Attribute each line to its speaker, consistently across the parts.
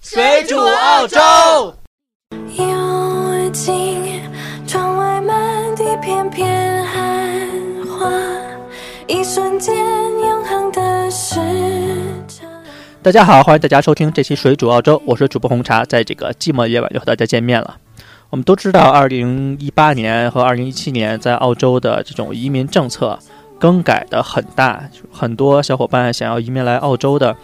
Speaker 1: 水煮澳洲。
Speaker 2: 幽静，窗外满地片片寒花，一瞬间永恒的时差。
Speaker 1: 大家好，欢迎大家收听这期《水煮澳洲》，我是主播红茶，在这个寂寞夜晚又和大家见面了。我们都知道，二零一八年和二零一七年在澳洲的这种移民政策更改的很大，很多小伙伴想要移民来澳洲的，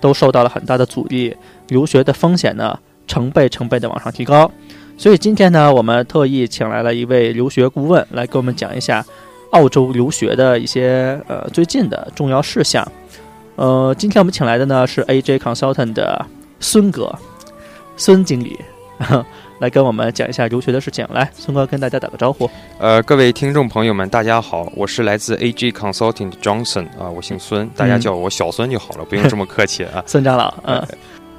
Speaker 1: 都受到了很大的阻力，留学的风险呢成倍成倍的往上提高。所以今天呢，我们特意请来了一位留学顾问来给我们讲一下澳洲留学的一些呃最近的重要事项。呃，今天我们请来的呢是 AJ Consultant 的孙哥，孙经理， 来跟我们讲一下留学的事情。来，孙哥跟大家打个招呼。。
Speaker 3: 呃，各位听众朋友们，大家好，我是来自 AG Consulting 的 Johnson 啊、我姓孙，大家叫我小孙就好了，不用这么客气啊
Speaker 1: 孙长老，嗯、
Speaker 3: 哎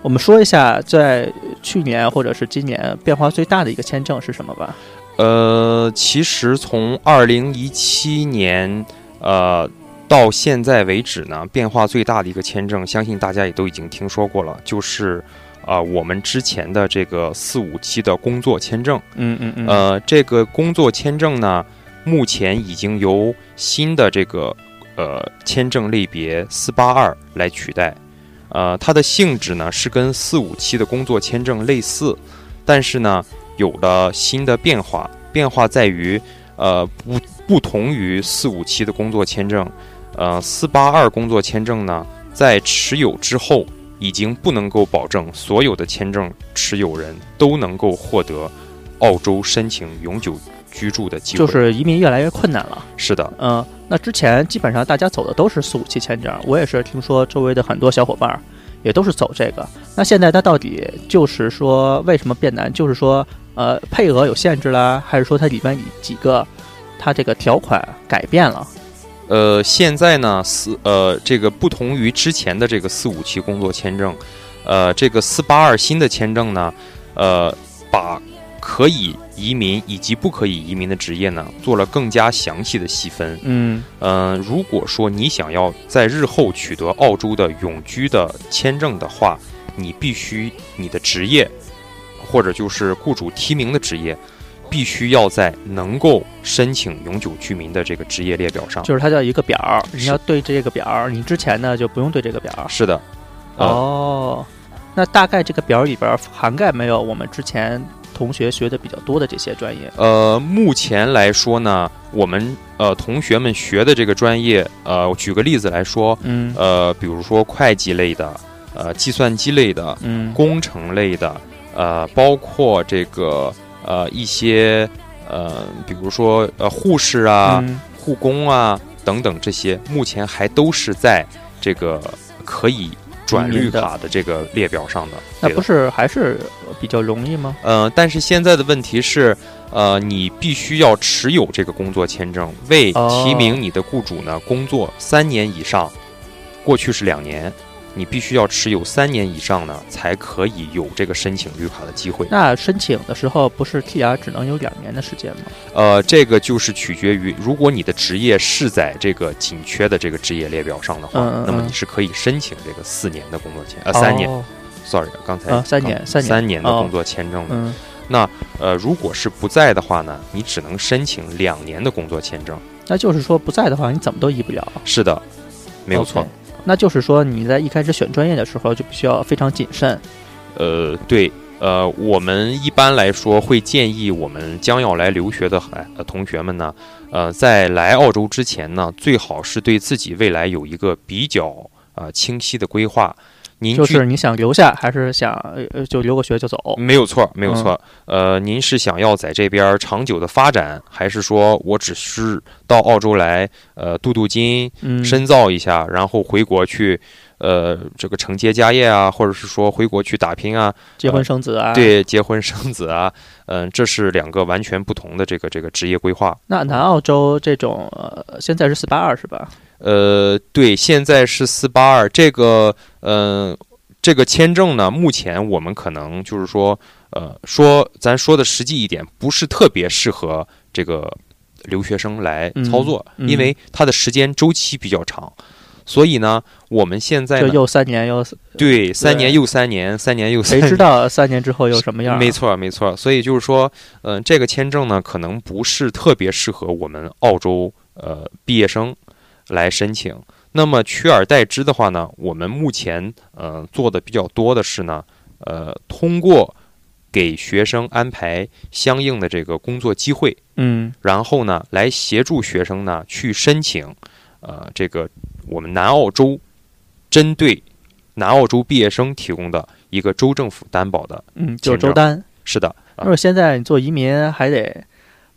Speaker 1: 我们说一下在去年或者是今年变化最大的一个签证是什么吧。
Speaker 3: 呃，其实从二零一七年呃到现在为止呢，变化最大的一个签证，相信大家也都已经听说过了，就是啊、我们之前的这个四五七的工作签证。
Speaker 1: 嗯嗯嗯，
Speaker 3: 呃，这个工作签证呢，目前已经由新的这个呃签证类别四八二来取代。呃，它的性质呢是跟四五七的工作签证类似，但是呢有了新的变化。变化在于，呃，不不同于四五七的工作签证，呃，四八二工作签证呢，在持有之后已经不能够保证所有的签证持有人都能够获得澳洲申请永久居住的机会。
Speaker 1: 就是移民越来越困难了。
Speaker 3: 是的，
Speaker 1: 嗯、那之前基本上大家走的都是四五七签证，我也是听说周围的很多小伙伴儿也都是走这个。那现在它到底就是说为什么变难？就是说呃配额有限制啦，还是说它里面几个它这个条款改变了？
Speaker 3: 呃，现在呢，四呃，这个不同于之前的这个四五七工作签证，呃，这个四八二新的签证呢，呃，把可以移民以及不可以移民的职业呢，做了更加详细的细分。
Speaker 1: 嗯
Speaker 3: 嗯，如果说你想要在日后取得澳洲的永居的签证的话，你必须你的职业，或者就是雇主提名的职业，必须要在能够申请永久居民的这个职业列表上。
Speaker 1: 就是它叫一个表儿，你
Speaker 3: 是
Speaker 1: 要对这个表儿，你之前呢就不用对这个表儿。
Speaker 3: 是的，呃
Speaker 1: 哦，那大概这个表儿里边儿涵盖没有我们之前同学学的比较多的这些专业？
Speaker 3: 呃，目前来说呢，我们呃同学们学的这个专业，呃，我举个例子来说，
Speaker 1: 嗯
Speaker 3: 呃，比如说会计类的，呃，计算机类的，
Speaker 1: 嗯
Speaker 3: 工程类的，呃，包括这个呃一些呃，比如说呃护士啊、
Speaker 1: 嗯
Speaker 3: 护工啊等等这些，目前还都是在这个可以转
Speaker 1: 移
Speaker 3: 绿
Speaker 1: 民的
Speaker 3: 卡的这个列表上的。
Speaker 1: 那
Speaker 3: 对
Speaker 1: 不
Speaker 3: 的
Speaker 1: 是还是比较容易吗？
Speaker 3: 呃，但是现在的问题是，呃，你必须要持有这个工作签证，为
Speaker 1: 哦
Speaker 3: 提名你的雇主呢工作三年以上，过去是两年，你必须要持有三年以上呢，才可以有这个申请绿卡的机会。
Speaker 1: 那申请的时候不是 TR 只能有两年的时间吗？
Speaker 3: 呃，这个就是取决于，如果你的职业是在这个紧缺的这个职业列表上的话，
Speaker 1: 嗯嗯
Speaker 3: 那么
Speaker 1: 嗯
Speaker 3: 你是可以申请这个四年的工作签，呃，三年、
Speaker 1: 哦
Speaker 3: s o r r y 刚才、
Speaker 1: 啊三年
Speaker 3: 刚
Speaker 1: 三年
Speaker 3: 三年的
Speaker 1: 哦
Speaker 3: 工作签证的。
Speaker 1: 嗯，
Speaker 3: 呃，如果是不在的话呢，你只能申请两年的工作签证。
Speaker 1: 那就是说不在的话，你怎么都移不了。
Speaker 3: 是的，没有错。
Speaker 1: OK 那就是说你在一开始选专业的时候就必须要非常谨慎。
Speaker 3: 呃，对，呃，我们一般来说会建议我们将要来留学的孩呃同学们呢，呃，在来澳洲之前呢，最好是对自己未来有一个比较呃清晰的规划。您
Speaker 1: 就
Speaker 3: 具
Speaker 1: 是你想留下还是想呃呃就留个学就走？
Speaker 3: 没有错，没有错。
Speaker 1: 嗯
Speaker 3: 呃，您是想要在这边长久的发展，还是说我只是到澳洲来呃镀镀金，
Speaker 1: 嗯，
Speaker 3: 深造一下，然后回国去，呃，这个承接家业啊，或者是说回国去打拼啊，
Speaker 1: 结婚生子啊？。
Speaker 3: 对，结婚生子啊，嗯、这是两个完全不同的这个这个职业规划。
Speaker 1: 那南澳洲这种呃，现在是四八二是吧？
Speaker 3: 呃，对，现在是四八二这个，呃，这个签证呢，目前我们可能就是说，呃，说咱说的实际一点，不是特别适合这个留学生来操作，
Speaker 1: 嗯嗯
Speaker 3: 因为它的时间周期比较长，所以呢，我们现在
Speaker 1: 就
Speaker 3: 呢，
Speaker 1: 又三年又，
Speaker 3: 对三年又三年，三年又三
Speaker 1: 谁
Speaker 3: 年，
Speaker 1: 哎知道三年之后又什么样啊？
Speaker 3: 没错，没错。所以就是说，嗯、这个签证呢，可能不是特别适合我们澳洲呃毕业生来申请。那么取而代之的话呢，我们目前呃做的比较多的是呢，呃，通过给学生安排相应的这个工作机会，
Speaker 1: 嗯
Speaker 3: 然后呢，来协助学生呢去申请，呃，这个我们南澳洲针对南澳洲毕业生提供的一个州政府担保的，
Speaker 1: 嗯，就是
Speaker 3: 签证
Speaker 1: 周丹。
Speaker 3: 是的，
Speaker 1: 那是现在你做移民还得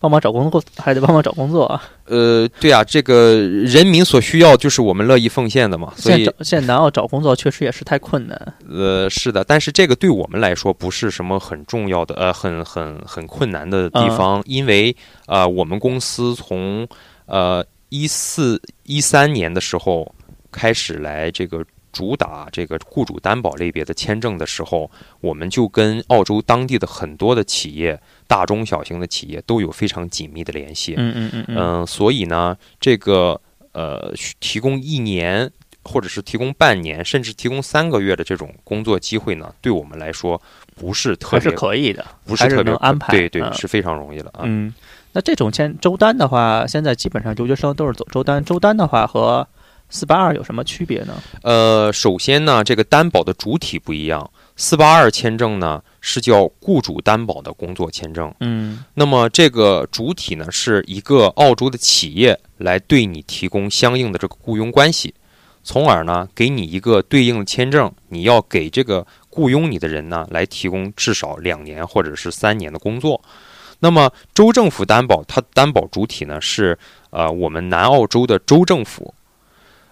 Speaker 1: 帮忙找工作，还得帮忙找工作啊。
Speaker 3: 呃，对啊，这个人民所需要就是我们乐意奉献的嘛，所
Speaker 1: 现在
Speaker 3: 以
Speaker 1: 找现在南澳找工作确实也是太困难。
Speaker 3: 呃是的，但是这个对我们来说不是什么很重要的，呃，很很很困难的地方，因为呃，我们公司从呃一四一三年的时候开始来这个主打这个雇主担保类别的签证的时候，我们就跟澳洲当地的很多的企业，大中小型的企业都有非常紧密的联系，
Speaker 1: 嗯嗯嗯嗯
Speaker 3: 嗯，所以呢，这个呃，需提供一年或者是提供半年，甚至提供三个月的这种工作机会呢，对我们来说不是特
Speaker 1: 还是
Speaker 3: 别，
Speaker 1: 可以的，
Speaker 3: 不
Speaker 1: 还
Speaker 3: 特别
Speaker 1: 能
Speaker 3: 可
Speaker 1: 安排。
Speaker 3: 对对，
Speaker 1: 嗯
Speaker 3: 是非常容易的啊。
Speaker 1: 嗯，那这种签周单的话，现在基本上留学生都是走周单。周单的话和四八二有什么区别呢？
Speaker 3: 呃，首先呢，这个担保的主体不一样，四八二签证呢是叫雇主担保的工作签证，
Speaker 1: 嗯
Speaker 3: 那么这个主体呢，是一个澳洲的企业来对你提供相应的这个雇佣关系，从而呢给你一个对应的签证，你要给这个雇佣你的人呢来提供至少两年或者是三年的工作。那么州政府担保，它担保主体呢是呃我们南澳洲的州政府，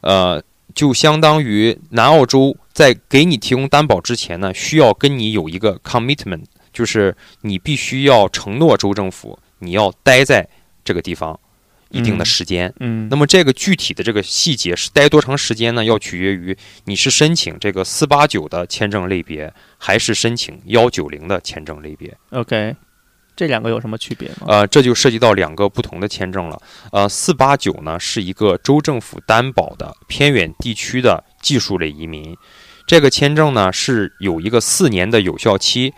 Speaker 3: 呃就相当于南澳洲在给你提供担保之前呢，需要跟你有一个 commitment，就是你必须要承诺州政府，你要待在这个地方一定的时间。
Speaker 1: 嗯，
Speaker 3: 那么这个具体的这个细节是待多长时间呢？要取决于你是申请这个四八九的签证类别，还是申请幺九零的签证类别。
Speaker 1: OK，这两个有什么区别吗？
Speaker 3: 呃，这就涉及到两个不同的签证了。呃，四八九呢是一个州政府担保的偏远地区的技术类移民，这个签证呢是有一个四年的有效期，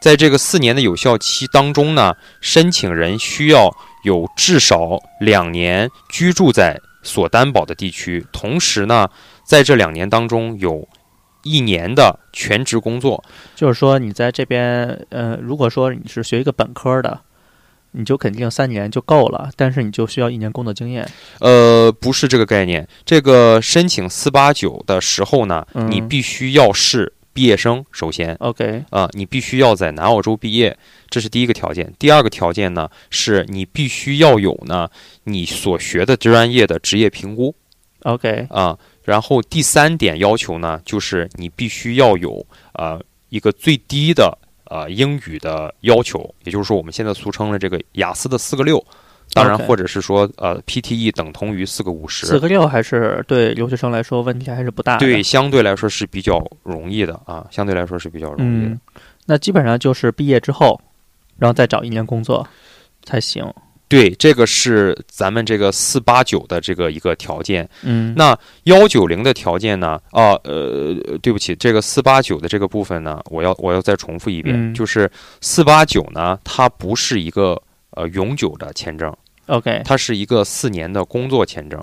Speaker 3: 在这个四年的有效期当中呢，申请人需要有至少两年居住在所担保的地区，同时呢，在这两年当中有一年的全职工作，
Speaker 1: 就是说你在这边，呃，如果说你是学一个本科的。你就肯定三年就够了，但是你就需要一年工作经验。
Speaker 3: 呃，不是这个概念。这个申请四八九的时候呢，
Speaker 1: 嗯
Speaker 3: 你必须要是毕业生，首先
Speaker 1: OK，
Speaker 3: 啊、你必须要在南澳洲毕业，这是第一个条件。第二个条件呢，是你必须要有呢你所学的专业的职业评估
Speaker 1: OK，
Speaker 3: 啊、然后第三点要求呢，就是你必须要有呃一个最低的呃英语的要求，也就是说我们现在俗称的这个雅思的四个六。当然，
Speaker 1: OK
Speaker 3: 或者是说，呃，PTE 等同于四个五十，
Speaker 1: 四个六还是对留学生来说问题还是不大的。
Speaker 3: 对，相对来说是比较容易的啊，相对来说是比较容易的。
Speaker 1: 嗯，那基本上就是毕业之后，然后再找一年工作才行。
Speaker 3: 对，这个是咱们这个四八九的这个一个条件。
Speaker 1: 嗯，
Speaker 3: 那幺九零的条件呢？啊，呃，对不起，这个四八九的这个部分呢，我要我要再重复一遍，
Speaker 1: 嗯
Speaker 3: 就是四八九呢，它不是一个呃永久的签证，
Speaker 1: OK，
Speaker 3: 它是一个四年的工作签证。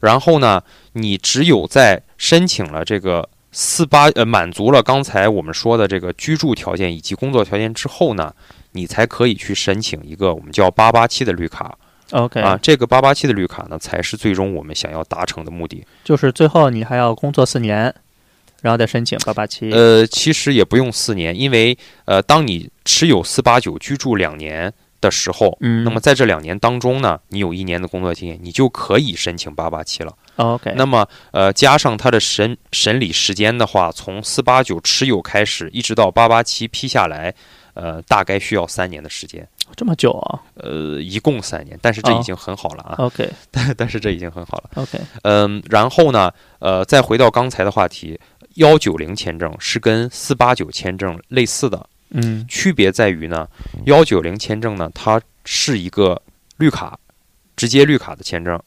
Speaker 3: 然后呢，你只有在申请了这个四八呃满足了刚才我们说的这个居住条件以及工作条件之后呢，你才可以去申请一个我们叫八八七的绿卡
Speaker 1: OK，、
Speaker 3: 啊。这个八八七的绿卡呢，才是最终我们想要达成的目的。
Speaker 1: 就是最后你还要工作四年，然后再申请八八七。
Speaker 3: 呃，其实也不用四年，因为呃，当你持有四八九居住两年的时候。
Speaker 1: 嗯，
Speaker 3: 那么在这两年当中呢，你有一年的工作经验，你就可以申请八八七了。
Speaker 1: OK，
Speaker 3: 那么，呃，加上它的审审理时间的话，从四八九持有开始，一直到八八七批下来，呃，大概需要三年的时间，
Speaker 1: 这么久啊
Speaker 3: 呃，一共三年。但是这
Speaker 1: 哦
Speaker 3: 已经很好了啊，
Speaker 1: ？OK
Speaker 3: 但但是这已经很好了。
Speaker 1: OK，
Speaker 3: 嗯，然后呢，呃，再回到刚才的话题，幺九零签证是跟四八九签证类似的，
Speaker 1: 嗯
Speaker 3: 区别在于呢，幺九零签证呢，它是一个绿卡，直接绿卡的签证。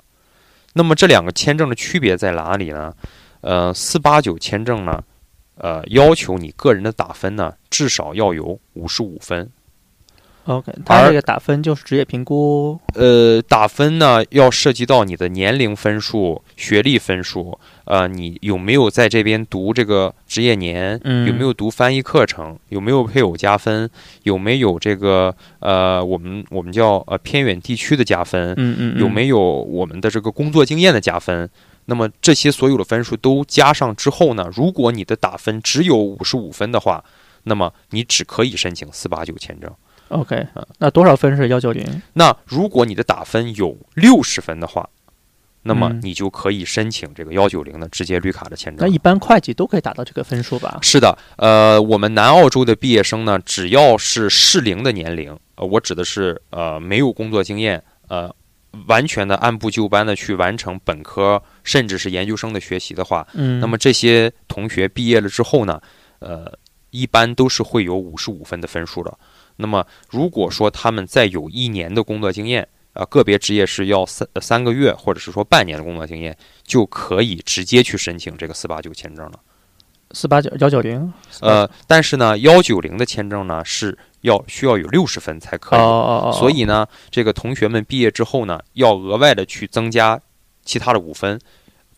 Speaker 3: 那么这两个签证的区别在哪里呢？呃，四八九签证呢，呃，要求你个人的打分呢至少要有五十五分，
Speaker 1: OK，他
Speaker 3: 而
Speaker 1: 这个打分就是职业评估，
Speaker 3: 呃，打分呢要涉及到你的年龄分数、学历分数，呃，你有没有在这边读这个职业年，
Speaker 1: 嗯
Speaker 3: 有没有读翻译课程，有没有配偶加分，有没有这个呃，我们我们叫呃偏远地区的加分，
Speaker 1: 嗯嗯，
Speaker 3: 有
Speaker 1: 嗯
Speaker 3: 没有我们的这个工作经验的加分。那么这些所有的分数都加上之后呢，如果你的打分只有五十五分的话，那么你只可以申请四八九签证。
Speaker 1: OK？
Speaker 3: 啊
Speaker 1: 那多少分是幺九零？
Speaker 3: 那如果你的打分有六十分的话，那么
Speaker 1: 嗯
Speaker 3: 你就可以申请这个幺九零的直接绿卡的签
Speaker 1: 那
Speaker 3: 证。
Speaker 1: 一般会计都可以达到这个分数吧？
Speaker 3: 是的，呃，我们南澳洲的毕业生呢，只要是适龄的年龄，呃，我指的是呃没有工作经验，呃，完全的按部就班的去完成本科甚至是研究生的学习的话，
Speaker 1: 嗯，
Speaker 3: 那么这些同学毕业了之后呢，呃，一般都是会有五十五分的分数的。那么如果说他们再有一年的工作经验，啊、个别职业是要三呃三个月或者是说半年的工作经验，就可以直接去申请这个四八九签证了。
Speaker 1: 四八九幺九零，
Speaker 3: 呃，但是呢，幺九零的签证呢是要需要有六十分才可
Speaker 1: 哦
Speaker 3: 以。
Speaker 1: 哦哦，
Speaker 3: 所以呢，这个同学们毕业之后呢，要额外的去增加其他的五分，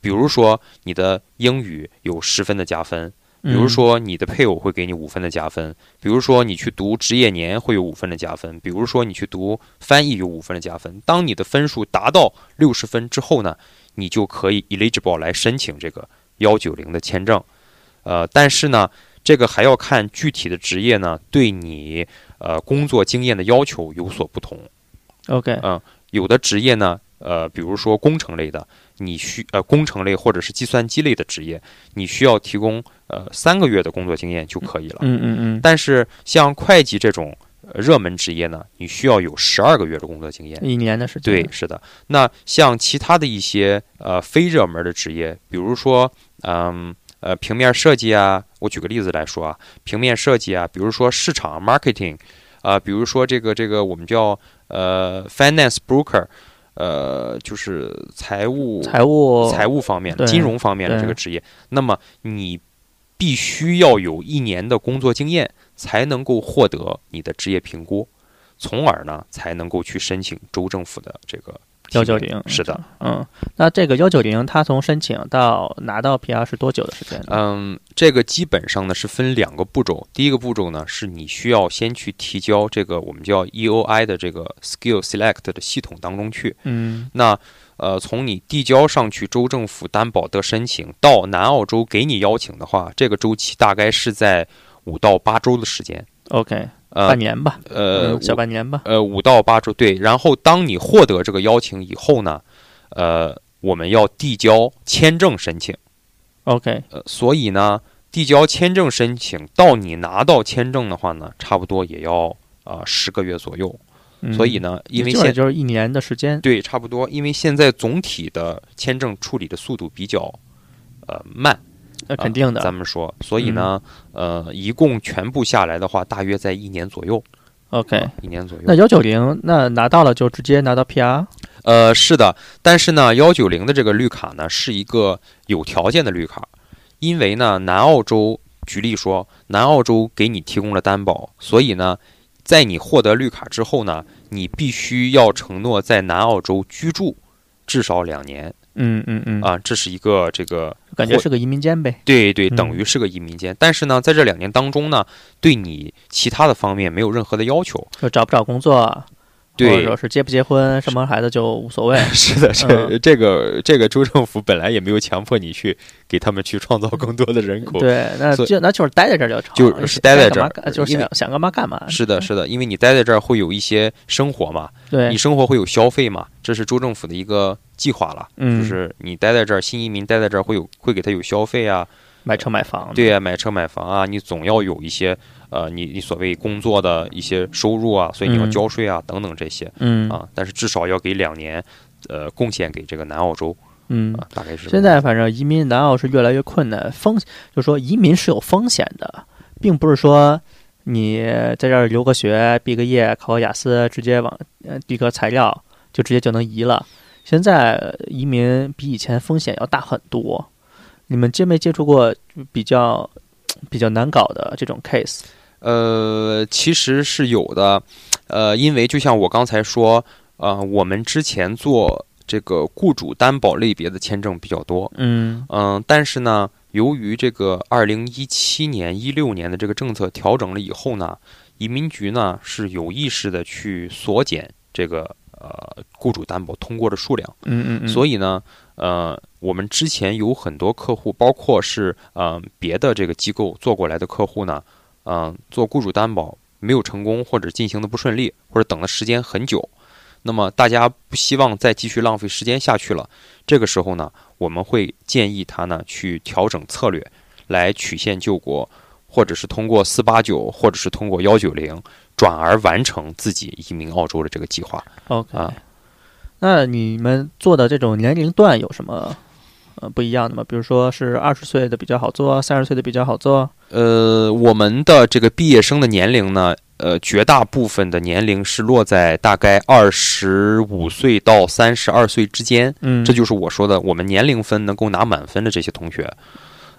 Speaker 3: 比如说你的英语有十分的加分，比
Speaker 1: 嗯
Speaker 3: 如说你的配偶会给你五分的加分，比如说你去读职业年会有五分的加分，比如说你去读翻译有五分的加分。当你的分数达到六十分之后呢，你就可以 eligible 来申请这个幺九零的签证。呃，但是呢，这个还要看具体的职业呢对你呃工作经验的要求有所不同。呃
Speaker 1: OK，
Speaker 3: 有的职业呢，呃，比如说工程类的，你需呃工程类或者是计算机类的职业，你需要提供呃三个月的工作经验就可以了。
Speaker 1: 嗯嗯嗯，
Speaker 3: 但是像会计这种呃热门职业呢，你需要有十二个月的工作经验。
Speaker 1: 一年的时间，
Speaker 3: 对，，是的。那像其他的一些呃非热门的职业，比如说嗯呃平面设计啊，我举个例子来说啊，平面设计啊，比如说市场 marketing，啊、比如说这个这个我们叫呃 finance broker，呃就是财务
Speaker 1: 财务
Speaker 3: 财务方面、
Speaker 1: 哦对
Speaker 3: 金融方面的这个职业，那么你必须要有一年的工作经验，才能够获得你的职业评估，从而呢才能够去申请州政府的这个提
Speaker 1: 幺
Speaker 3: 名
Speaker 1: 九零，
Speaker 3: 是的，，
Speaker 1: 嗯，那这个幺九零，他从申请到拿到 PR 是多久的时间呢？
Speaker 3: 嗯，这个基本上呢是分两个步骤，第一个步骤呢是你需要先去提交这个我们叫 EOI 的这个 Skill Select 的系统当中去，
Speaker 1: 嗯
Speaker 3: 那呃，从你递交上去州政府担保的申请到南澳洲给你邀请的话，这个周期大概是在五到八周的时间。
Speaker 1: ，OK，
Speaker 3: 呃
Speaker 1: 半年吧，
Speaker 3: 呃，
Speaker 1: 嗯小
Speaker 3: 五
Speaker 1: 半年吧，
Speaker 3: 呃五到八周对。然后当你获得这个邀请以后呢，呃，我们要递交签证申请。
Speaker 1: ，OK，
Speaker 3: 呃，所以呢，递交签证申请到你拿到签证的话呢，差不多也要啊十、10个月左右。
Speaker 1: 嗯
Speaker 3: 所以，呢，因为
Speaker 1: 基本上
Speaker 3: 现
Speaker 1: 就是一年的时间，
Speaker 3: 对，差不多，因为现在总体的签证处理的速度比较呃慢，
Speaker 1: 那肯定
Speaker 3: 啊咱
Speaker 1: 的嗯
Speaker 3: 们说，所以呢，呃，一共全部下来的话，大约在一年左右，
Speaker 1: ，OK。
Speaker 3: 一年左右。
Speaker 1: 那幺九零，那拿到了就直接拿到 PR，
Speaker 3: 呃，是的，但是呢，幺九零的这个绿卡呢，是一个有条件的绿卡，因为呢，南澳洲举例说，南澳洲给你提供了担保，所以呢，在你获得绿卡之后呢，你必须要承诺在南澳洲居住至少两年
Speaker 1: 嗯嗯嗯，
Speaker 3: 啊，这是一个这个
Speaker 1: 感觉是个移民监呗。
Speaker 3: 对对，
Speaker 1: 嗯
Speaker 3: 等于是个移民监。但是呢，在这两年当中呢，对你其他的方面没有任何的要求。
Speaker 1: 就找不找工作，啊
Speaker 3: 对
Speaker 1: 或者是结不结婚、生不生孩子就无所谓。
Speaker 3: 是的，是
Speaker 1: 嗯
Speaker 3: 这个这个州政府本来也没有强迫你去给他们去创造更多的人口。
Speaker 1: 嗯对，那
Speaker 3: 所以
Speaker 1: 就那就是待在这儿就成，
Speaker 3: 就是待在这儿
Speaker 1: 想干嘛干就是
Speaker 3: 因为
Speaker 1: 想想干嘛干嘛。嗯
Speaker 3: 是的，是的，因为你待在这儿会有一些生活嘛，
Speaker 1: 对
Speaker 3: 你，生活会有消费嘛，这是州政府的一个计划了。
Speaker 1: 嗯，
Speaker 3: 就是你待在这儿，新移民待在这儿会有会给他有消费啊，
Speaker 1: 买车买房。
Speaker 3: 对啊，买车买房啊，你总要有一些呃，你你所谓工作的一些收入啊，所以你要
Speaker 1: 嗯
Speaker 3: 交税啊，等等这些。
Speaker 1: 嗯
Speaker 3: 啊，但是至少要给两年，呃，贡献给这个南澳洲
Speaker 1: 嗯。
Speaker 3: 啊，大概是这
Speaker 1: 现
Speaker 3: 么
Speaker 1: 在反正移民南澳是越来越困难，风就说移民是有风险的，并不是说你在这儿留个学、毕个业、考个雅思，直接往呃递个材料就直接就能移了。现在移民比以前风险要大很多。你们接没接触过比较比较难搞的这种 case？
Speaker 3: 呃，其实是有的，呃，因为就像我刚才说，呃，我们之前做这个雇主担保类别的签证比较多，
Speaker 1: 嗯
Speaker 3: 嗯、但是呢，由于这个二零一七年、一六年的这个政策调整了以后呢，移民局呢是有意识的去缩减这个呃雇主担保通过的数量。
Speaker 1: 嗯嗯嗯，
Speaker 3: 所
Speaker 1: 以
Speaker 3: 以呢，呃，我们之前有很多客户，包括是呃别的这个机构做过来的客户呢，嗯、做雇主担保没有成功，或者进行的不顺利，或者等的时间很久，那么大家不希望再继续浪费时间下去了，这个时候呢，我们会建议他呢去调整策略，来曲线救国。或者是通过四八九，或者是通过幺九零，转而完成自己移民澳洲的这个计划。
Speaker 1: OK，、
Speaker 3: 啊
Speaker 1: 那你们做的这种年龄段有什么呃不一样的吗？比如说是二十岁的比较好做，三十岁的比较好做。
Speaker 3: 呃，我们的这个毕业生的年龄呢，呃，绝大部分的年龄是落在大概二十五岁到三十二岁之间，
Speaker 1: 嗯，
Speaker 3: 这就是我说的我们年龄分能够拿满分的这些同学。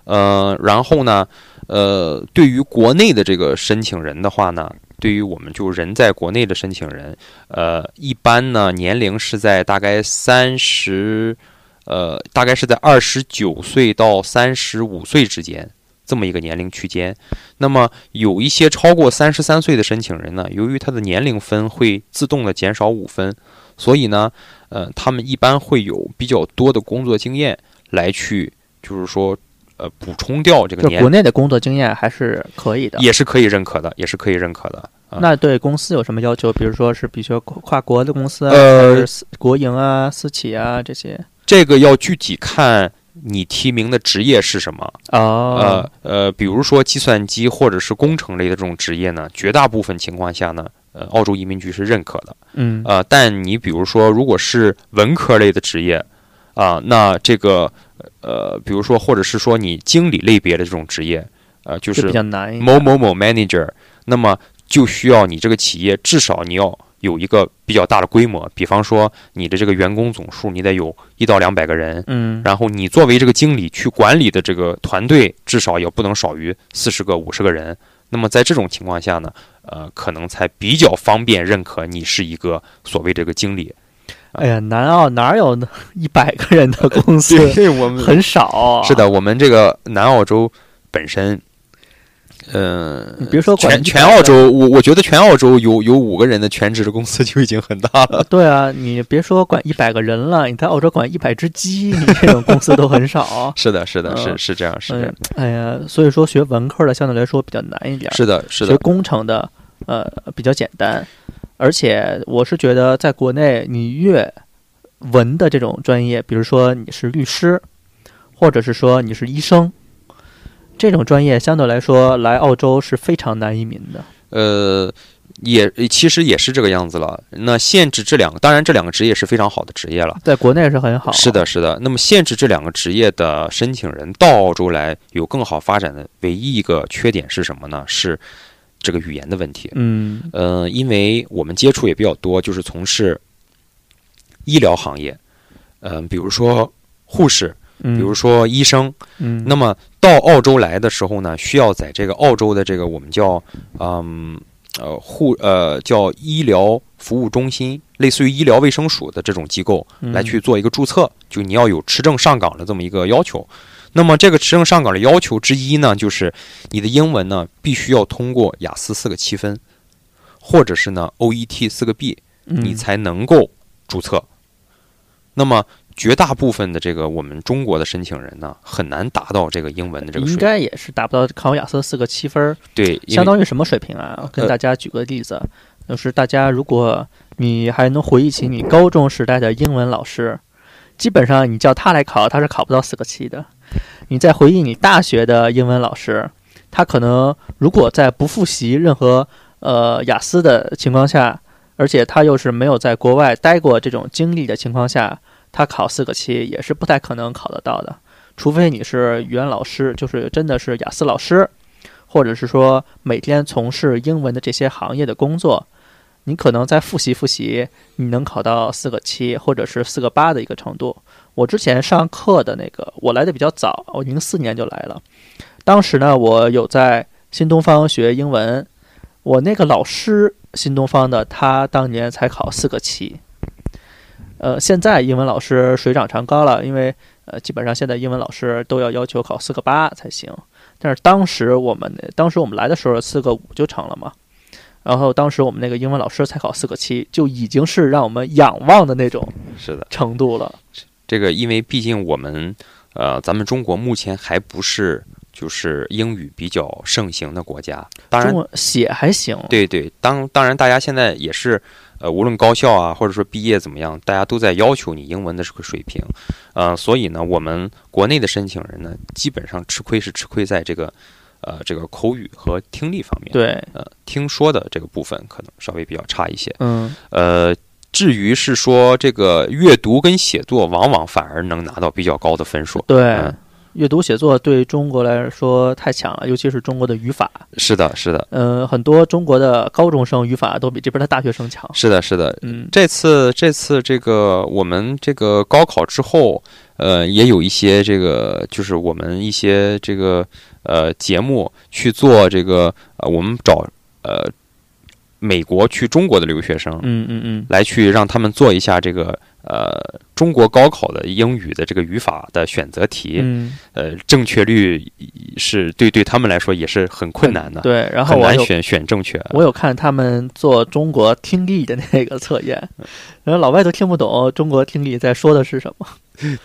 Speaker 3: 呃，然后呢，呃，对于国内的这个申请人的话呢，对于我们就人在国内的申请人，呃，一般呢年龄是在大概三十，呃，大概是在二十九岁到三十五岁之间这么一个年龄区间。那么有一些超过三十三岁的申请人呢，由于他的年龄分会自动的减少五分，所以呢，呃，他们一般会有比较多的工作经验来去，就是说，呃，补充掉这个
Speaker 1: 就
Speaker 3: 年
Speaker 1: 国内的工作经验还是可以的。
Speaker 3: 也是可以认可的，也是可以认可的。啊
Speaker 1: 那对公司有什么要求？比如说是比如说跨国的公司啊，还
Speaker 3: 呃
Speaker 1: 是，私国营啊、私企啊这些。
Speaker 3: 这个要具体看你提名的职业是什么。
Speaker 1: 哦，
Speaker 3: 呃呃，比如说计算机或者是工程类的这种职业呢，绝大部分情况下呢，呃，澳洲移民局是认可的。
Speaker 1: 嗯
Speaker 3: 呃，但你比如说，如果是文科类的职业啊、那这个呃，比如说或者是说你经理类别的这种职业，呃，就
Speaker 1: 就是比较难一点。
Speaker 3: 某某某 manager，那么就需要你这个企业至少你要有一个比较大的规模，比方说你的这个员工总数你得有一到两百个人，
Speaker 1: 嗯，
Speaker 3: 然后你作为这个经理去管理的这个团队至少也不能少于四十个五十个人。那么在这种情况下呢，呃，可能才比较方便认可你是一个所谓这个经理。
Speaker 1: 哎呀，南澳哪有一百个人的公 司？
Speaker 3: 我们
Speaker 1: 很少、啊。
Speaker 3: 是，的，我们这个南澳洲本身，嗯、
Speaker 1: 你别说管
Speaker 3: 全
Speaker 1: 一
Speaker 3: 全
Speaker 1: 百个
Speaker 3: 澳洲，我我觉得全澳洲有有五个人的全职的公司就已经很大了。。
Speaker 1: 对啊，你别说管一百个人了，你在澳洲管一百只鸡，你这种公司都很少
Speaker 3: 是的，是的，
Speaker 1: 嗯
Speaker 3: 是是这样， 是这样
Speaker 1: 嗯，，哎呀，所以说学文科的相对来说比较难一点，
Speaker 3: 是的，是
Speaker 1: 学
Speaker 3: 的，
Speaker 1: 工程的呃比较简单，而且我是觉得在国内你越文的这种专业，比如说你是律师，或者是说你是医生，这种专业相对来说来澳洲是非常难移民的。
Speaker 3: 呃，也其实也是这个样子了。那限制这两个，当然这两个职业是非常好的职业了。
Speaker 1: 在国内是很好，
Speaker 3: 是的，是的。那么限制这两个职业的申请人到澳洲来有更好发展的唯一一个缺点是什么呢？是这个语言的问题。
Speaker 1: 嗯，
Speaker 3: 呃，因为我们接触也比较多，就是从事医疗行业，嗯、比如说护士，
Speaker 1: 嗯，
Speaker 3: 比如说医生。
Speaker 1: 嗯，
Speaker 3: 那么到澳洲来的时候呢，需要在这个澳洲的这个我们叫嗯呃护呃叫医疗服务中心，类似于医疗卫生署的这种机构
Speaker 1: 嗯
Speaker 3: 来去做一个注册，就你要有持证上岗的这么一个要求。那么这个持证上岗的要求之一呢，就是你的英文呢必须要通过雅思四个七分，或者是呢 OET 四个 B，
Speaker 1: 嗯
Speaker 3: 你才能够注册。那么绝大部分的这个我们中国的申请人呢，很难达到这个英文的这个
Speaker 1: 应
Speaker 3: 水平。
Speaker 1: 该也是达不到考雅思四个七分儿，
Speaker 3: 对，因
Speaker 1: 相
Speaker 3: 为
Speaker 1: 当于什么水平啊？我跟
Speaker 3: 呃
Speaker 1: 大家举个例子，就是大家如果你还能回忆起你高中时代的英文老师，基本上你叫他来考，他是考不到四个七的。你再回忆你大学的英文老师，他可能如果在不复习任何呃雅思的情况下，而且他又是没有在国外待过这种经历的情况下，他考四个七也是不太可能考得到的。除非你是语言老师，就是真的是雅思老师，或者是说每天从事英文的这些行业的工作，你可能在复习复习，你能考到四个七或者是四个八的一个程度。我之前上课的那个，我来的比较早，我零四年就来了。当时呢，我有在新东方学英文，我那个老师新东方的，他当年才考四个七。呃，现在英文老师水涨船高了，因为呃，基本上现在英文老师都要要求考四个八才行。但是当时我们当时我们来的时候四个五就成了嘛，然后当时我们那个英文老师才考四个七，就已经是让我们仰望的那种
Speaker 3: 是的，
Speaker 1: 程度了。
Speaker 3: 这个因为毕竟我们呃，咱们中国目前还不是就是英语比较盛行的国家，当然
Speaker 1: 中文写还行，
Speaker 3: 对对，当当然，大家现在也是，呃，无论高校啊，或者说毕业怎么样，大家都在要求你英文的这个水平，呃，所以呢，我们国内的申请人呢，基本上吃亏是吃亏在这个，呃，这个口语和听力方面，，
Speaker 1: 对，
Speaker 3: 呃，听说的这个部分可能稍微比较差一些，
Speaker 1: 嗯，
Speaker 3: 呃，至于是说这个阅读跟写作，往往反而能拿到比较高的分数，
Speaker 1: 对。
Speaker 3: 嗯
Speaker 1: 阅读写作对中国来说太强了，尤其是中国的语法。
Speaker 3: 是的，是的，
Speaker 1: 呃，很多中国的高中生语法都比这边的大学生强。
Speaker 3: 是的，是的，
Speaker 1: 嗯，
Speaker 3: 这次这次这个我们这个高考之后，呃，也有一些这个就是我们一些这个呃节目去做这个呃，我们找呃美国去中国的留学生
Speaker 1: 嗯嗯嗯，
Speaker 3: 来去让他们做一下这个呃中国高考的英语的这个语法的选择题，
Speaker 1: 嗯，
Speaker 3: 呃，正确率是对对他们来说也是很困难的，
Speaker 1: 对。然后
Speaker 3: 很
Speaker 1: 我
Speaker 3: 难
Speaker 1: 有
Speaker 3: 选选正确。
Speaker 1: 我有看他们做中国听力的那个测验，
Speaker 3: 嗯
Speaker 1: 然后老外都听不懂中国听力在说的是什么。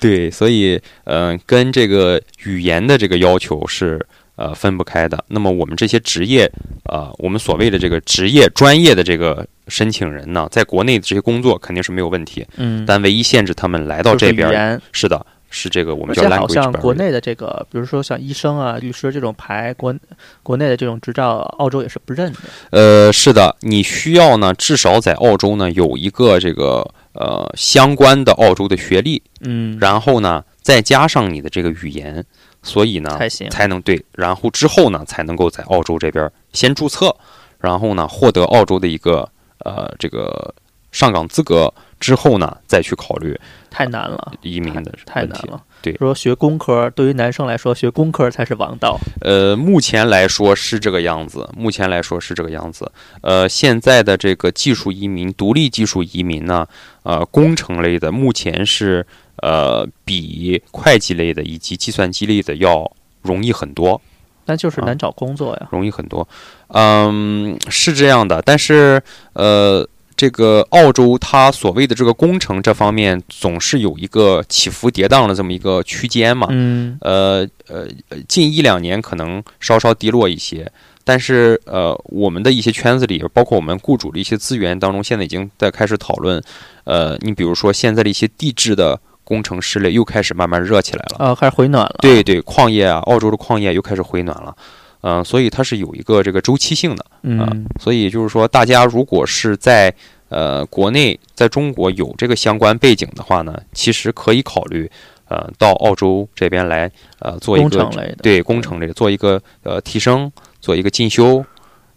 Speaker 3: 对，所以嗯、呃跟这个语言的这个要求是呃分不开的。那么我们这些职业，呃，我们所谓的这个职业专业的这个申请人呢，在国内的这些工作肯定是没有问题，
Speaker 1: 嗯
Speaker 3: 但唯一限制他们来到
Speaker 1: 就是
Speaker 3: 这
Speaker 1: 语
Speaker 3: 边儿，
Speaker 1: 言，
Speaker 3: 是的，是这个我
Speaker 1: 而
Speaker 3: 们叫
Speaker 1: 且好
Speaker 3: language
Speaker 1: 像
Speaker 3: barrier
Speaker 1: 国内的这个，比如说像医生啊、律师这种牌，国国内的这种执照，澳洲也是不认的。
Speaker 3: 呃，是的，你需要呢，至少在澳洲呢有一个这个呃相关的澳洲的学历，
Speaker 1: 嗯，
Speaker 3: 然后呢再加上你的这个语言，所以呢
Speaker 1: 才行。
Speaker 3: 才能对，然后之后呢，才能够在澳洲这边先注册，然后呢获得澳洲的一个呃这个上岗资格之后呢，再去考虑
Speaker 1: 太难了，
Speaker 3: 移民的
Speaker 1: 太
Speaker 3: 问
Speaker 1: 难
Speaker 3: 题。
Speaker 1: 了。
Speaker 3: 对
Speaker 1: 说学工科对于男生来说，学工科才是王道。
Speaker 3: 呃，目前来说是这个样子，目前来说是这个样子。呃，现在的这个技术移民、独立技术移民呢，呃，工程类的目前是呃比会计类的以及计算机类的要容易很多。
Speaker 1: 那就是
Speaker 3: 啊
Speaker 1: 难找工作呀。
Speaker 3: 容易很多。嗯，是这样的，但是呃，这个澳洲它所谓的这个工程这方面总是有一个起伏跌宕的这么一个区间嘛。
Speaker 1: 嗯，
Speaker 3: 呃呃，呃近一两年可能稍稍低落一些，但是呃，我们的一些圈子里，包括我们雇主的一些资源当中，现在已经在开始讨论。呃，你比如说现在的一些地质的工程师类又开始慢慢热起来了。
Speaker 1: 呃，开始回暖了。
Speaker 3: 对对，矿业啊，澳洲的矿业又开始回暖了，嗯、所以它是有一个这个周期性的，啊
Speaker 1: 嗯，
Speaker 3: 所以就是说，大家如果是在呃国内，在中国有这个相关背景的话呢，其实可以考虑呃到澳洲这边来呃做一
Speaker 1: 工
Speaker 3: 个
Speaker 1: 程类的。
Speaker 3: 对工程类的做一个呃提升，做一个进修。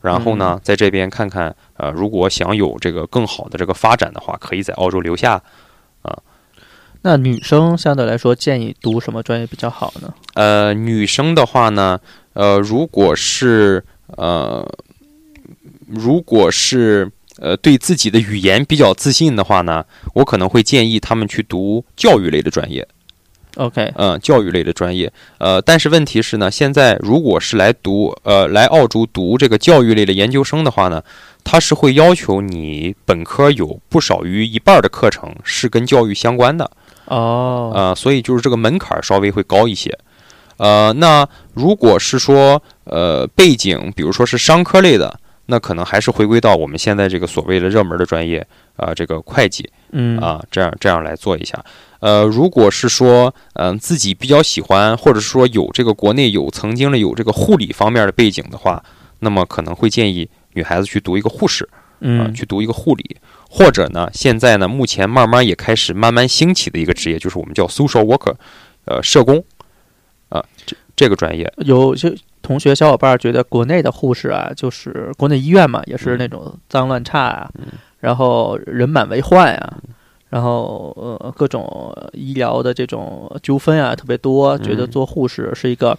Speaker 3: 然后
Speaker 1: 嗯
Speaker 3: 呢，在这边看看，呃，如果想有这个更好的这个发展的话，可以在澳洲留下。
Speaker 1: 那女生相对来说建议读什么专业比较好呢？
Speaker 3: 呃，女生的话呢，呃，如果是呃，如果是呃对自己的语言比较自信的话呢，我可能会建议他们去读教育类的专业，
Speaker 1: OK，
Speaker 3: 嗯、教育类的专业。呃，但是问题是呢，现在如果是来读呃来澳洲读这个教育类的研究生的话呢，它是会要求你本科有不少于一半儿的课程是跟教育相关的。
Speaker 1: 哦，
Speaker 3: 呃，所以就是这个门槛儿稍微会高一些。呃，那如果是说呃背景，比如说是商科类的，那可能还是回归到我们现在这个所谓的热门的专业，啊，这个会计
Speaker 1: 嗯
Speaker 3: 啊、这样这样来做一下。呃，如果是说嗯、自己比较喜欢，或者说有这个国内有曾经的有这个护理方面的背景的话，那么可能会建议女孩子去读一个护士。啊、
Speaker 1: 嗯，
Speaker 3: 去读一个护理，或者呢，现在呢，目前慢慢也开始慢慢兴起的一个职业，就是我们叫 social worker，呃，社工，啊、这这个专业，
Speaker 1: 有些同学小伙伴觉得国内的护士啊，就是国内医院嘛，也是
Speaker 3: 嗯
Speaker 1: 那种脏乱差啊，然后人满为患啊，
Speaker 3: 嗯
Speaker 1: 然后呃各种医疗的这种纠纷啊特别多，觉
Speaker 3: 嗯
Speaker 1: 得做护士是一个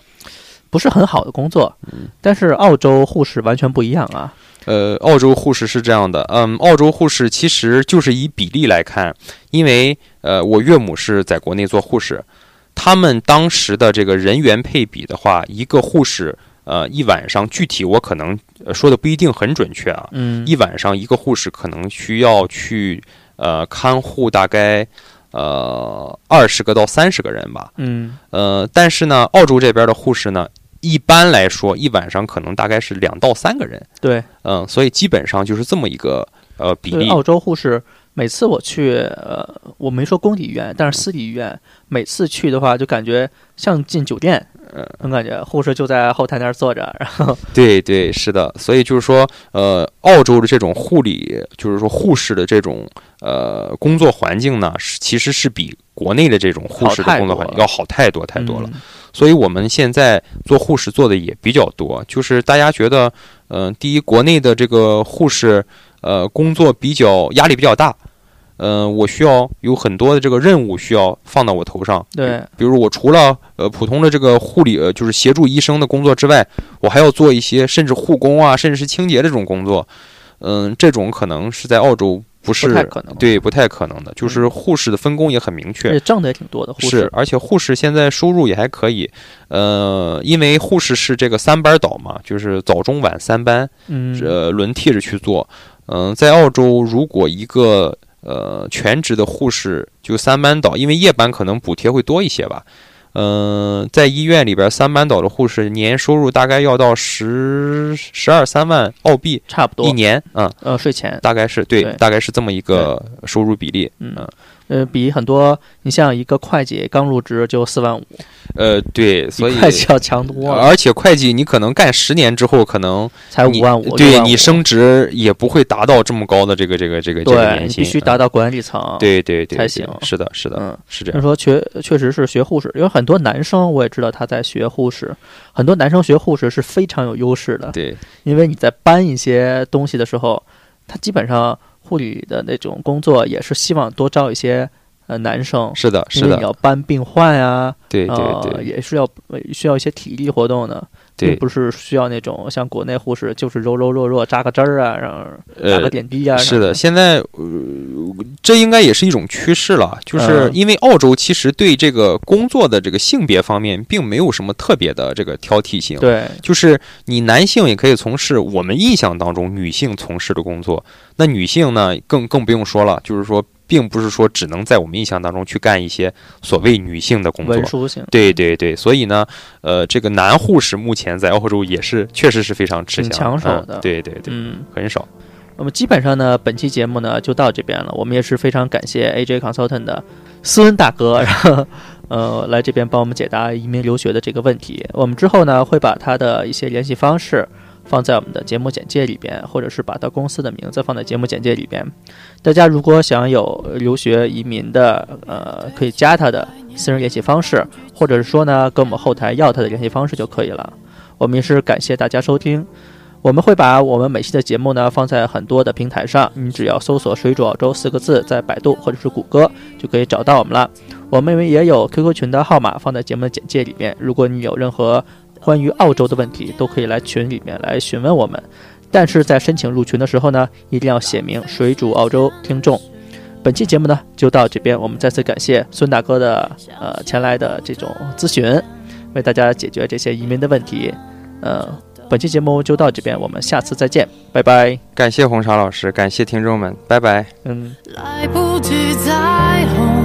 Speaker 1: 不是很好的工作。
Speaker 3: 嗯
Speaker 1: 但是澳洲护士完全不一样啊，
Speaker 3: 呃，澳洲护士是这样的，嗯，澳洲护士其实就是以比例来看，因为呃，我岳母是在国内做护士，他们当时的这个人员配比的话，一个护士呃一晚上，具体我可能呃说的不一定很准确啊，
Speaker 1: 嗯
Speaker 3: 一晚上一个护士可能需要去呃看护大概呃二十个到三十个人吧，
Speaker 1: 嗯
Speaker 3: 呃，但是呢，澳洲这边的护士呢，一般来说一晚上可能大概是两到三个人。
Speaker 1: 对。
Speaker 3: 嗯，所以基本上就是这么一个呃比
Speaker 1: 对，
Speaker 3: 例。
Speaker 1: 澳洲护士每次我去，呃，我没说公立医院，但是私立医院每次去的话，就感觉像进酒店，
Speaker 3: 嗯
Speaker 1: 我感觉护士就在后台那儿坐着，然后
Speaker 3: 对对，是的。所以就是说，呃，澳洲的这种护理，就是说护士的这种呃工作环境呢，是其实是比国内的这种护
Speaker 1: 好
Speaker 3: 士的
Speaker 1: 太
Speaker 3: 工作
Speaker 1: 多
Speaker 3: 环境
Speaker 1: 了
Speaker 3: 要好太多太多了。
Speaker 1: 嗯
Speaker 3: 所以我们现在做护士做的也比较多，就是大家觉得，嗯、第一，国内的这个护士，呃，工作比较压力比较大，嗯、我需要有很多的这个任务需要放到我头上，
Speaker 1: 对，
Speaker 3: 比如我除了呃普通的这个护理，呃就是协助医生的工作之外，我还要做一些甚至护工啊，甚至是清洁这种工作，嗯、这种可能是在澳洲不是
Speaker 1: 不太可能
Speaker 3: 对不太可能的，就是护士的分工也很明确
Speaker 1: 而，且挣的也挺多的护
Speaker 3: 是
Speaker 1: 士，，
Speaker 3: 而且护士现在收入也还可以，呃，因为护士是这个三班倒嘛，就是早中晚三班，
Speaker 1: 嗯，
Speaker 3: 呃，轮替着去做。嗯、在澳洲，如果一个呃全职的护士就三班倒，因为夜班可能补贴会多一些吧。嗯、在医院里边，三班倒的护士年收入大概要到十十二三万澳币
Speaker 1: 差不
Speaker 3: 一
Speaker 1: 多，
Speaker 3: 年，嗯，
Speaker 1: 呃，税前，
Speaker 3: 大概是对，
Speaker 1: 对
Speaker 3: 大概是这么一个收入比例。
Speaker 1: 嗯，呃，比很多你像一个会计刚入职就四万五，
Speaker 3: 呃，对，所以
Speaker 1: 比会计要强多了，
Speaker 3: 呃而且会计你可能干十年之后，可能
Speaker 1: 才五
Speaker 3: 你
Speaker 1: 万五，
Speaker 3: 对
Speaker 1: 6万
Speaker 3: 你
Speaker 1: 5
Speaker 3: 升职也不会达到这么高的这个这个这个这个
Speaker 1: 对
Speaker 3: 年
Speaker 1: 你
Speaker 3: 薪，
Speaker 1: 必须达
Speaker 3: 嗯
Speaker 1: 到管理层，，
Speaker 3: 对对对
Speaker 1: 才
Speaker 3: 对
Speaker 1: 行
Speaker 3: 是的，是的，
Speaker 1: 嗯。
Speaker 3: 是这
Speaker 1: 他
Speaker 3: 样。
Speaker 1: 说确确实是学护士，因为很多男生我也知道他在学护士，很多男生学护士是非常有优势的，
Speaker 3: 对，
Speaker 1: 因为你在搬一些东西的时候，他基本上护理的那种工作也是希望多招一些呃男生，
Speaker 3: 是的，是
Speaker 1: 因为你
Speaker 3: 的，
Speaker 1: 要搬病患啊，
Speaker 3: 对对
Speaker 1: 呃
Speaker 3: 对
Speaker 1: 也是要呃需要一些体力活动的，并
Speaker 3: 对，
Speaker 1: 不是需要那种像国内护士就是柔柔弱弱扎个针儿啊，然后打个
Speaker 3: 呃，
Speaker 1: 点滴啊，
Speaker 3: 是
Speaker 1: 然
Speaker 3: 的，
Speaker 1: 后
Speaker 3: 现在呃，这应该也是一种趋势了，就是
Speaker 1: 嗯
Speaker 3: 因为澳洲其实对这个工作的这个性别方面并没有什么特别的这个挑剔性，
Speaker 1: 对，
Speaker 3: 就是你男性也可以从事我们印象当中女性从事的工作，那女性呢更更不用说了，就是说并不是说只能在我们印象当中去干一些所谓女性的工作
Speaker 1: 文。书性，
Speaker 3: 对对对，所以呢，呃，这个男护士目前在澳洲也是确实是非常吃香，
Speaker 1: 挺抢手
Speaker 3: 嗯
Speaker 1: 的
Speaker 3: 对对对，
Speaker 1: 嗯。
Speaker 3: 很少。
Speaker 1: 那么基本上呢，本期节目呢就到这边了。我们也是非常感谢 AJ Consultant 的思恩大哥，然后呃来这边帮我们解答移民留学的这个问题。我们之后呢会把他的一些联系方式放在我们的节目简介里边，或者是把他公司的名字放在节目简介里边。大家如果想有留学移民的，呃，可以加他的私人联系方式，或者是说呢跟我们后台要他的联系方式就可以了。我们也是感谢大家收听。我们会把我们每期的节目呢放在很多的平台上，你只要搜索“水煮澳洲”四个字，在百度或者是谷歌就可以找到我们了。我们也有 QQ 群的号码放在节目的简介里面，如果你有任何关于澳洲的问题，都可以来群里面来询问我们。但是在申请入群的时候呢，一定要写明“水煮澳洲听众”。本期节目呢就到这边，我们再次感谢孙大哥的呃前来的这种咨询，为大家解决这些移民的问题。呃，本期节目就到这边，我们下次再见，拜拜。
Speaker 3: 感谢红茶老师，感谢听众们，拜拜。
Speaker 1: 嗯。
Speaker 2: 来不及彩虹。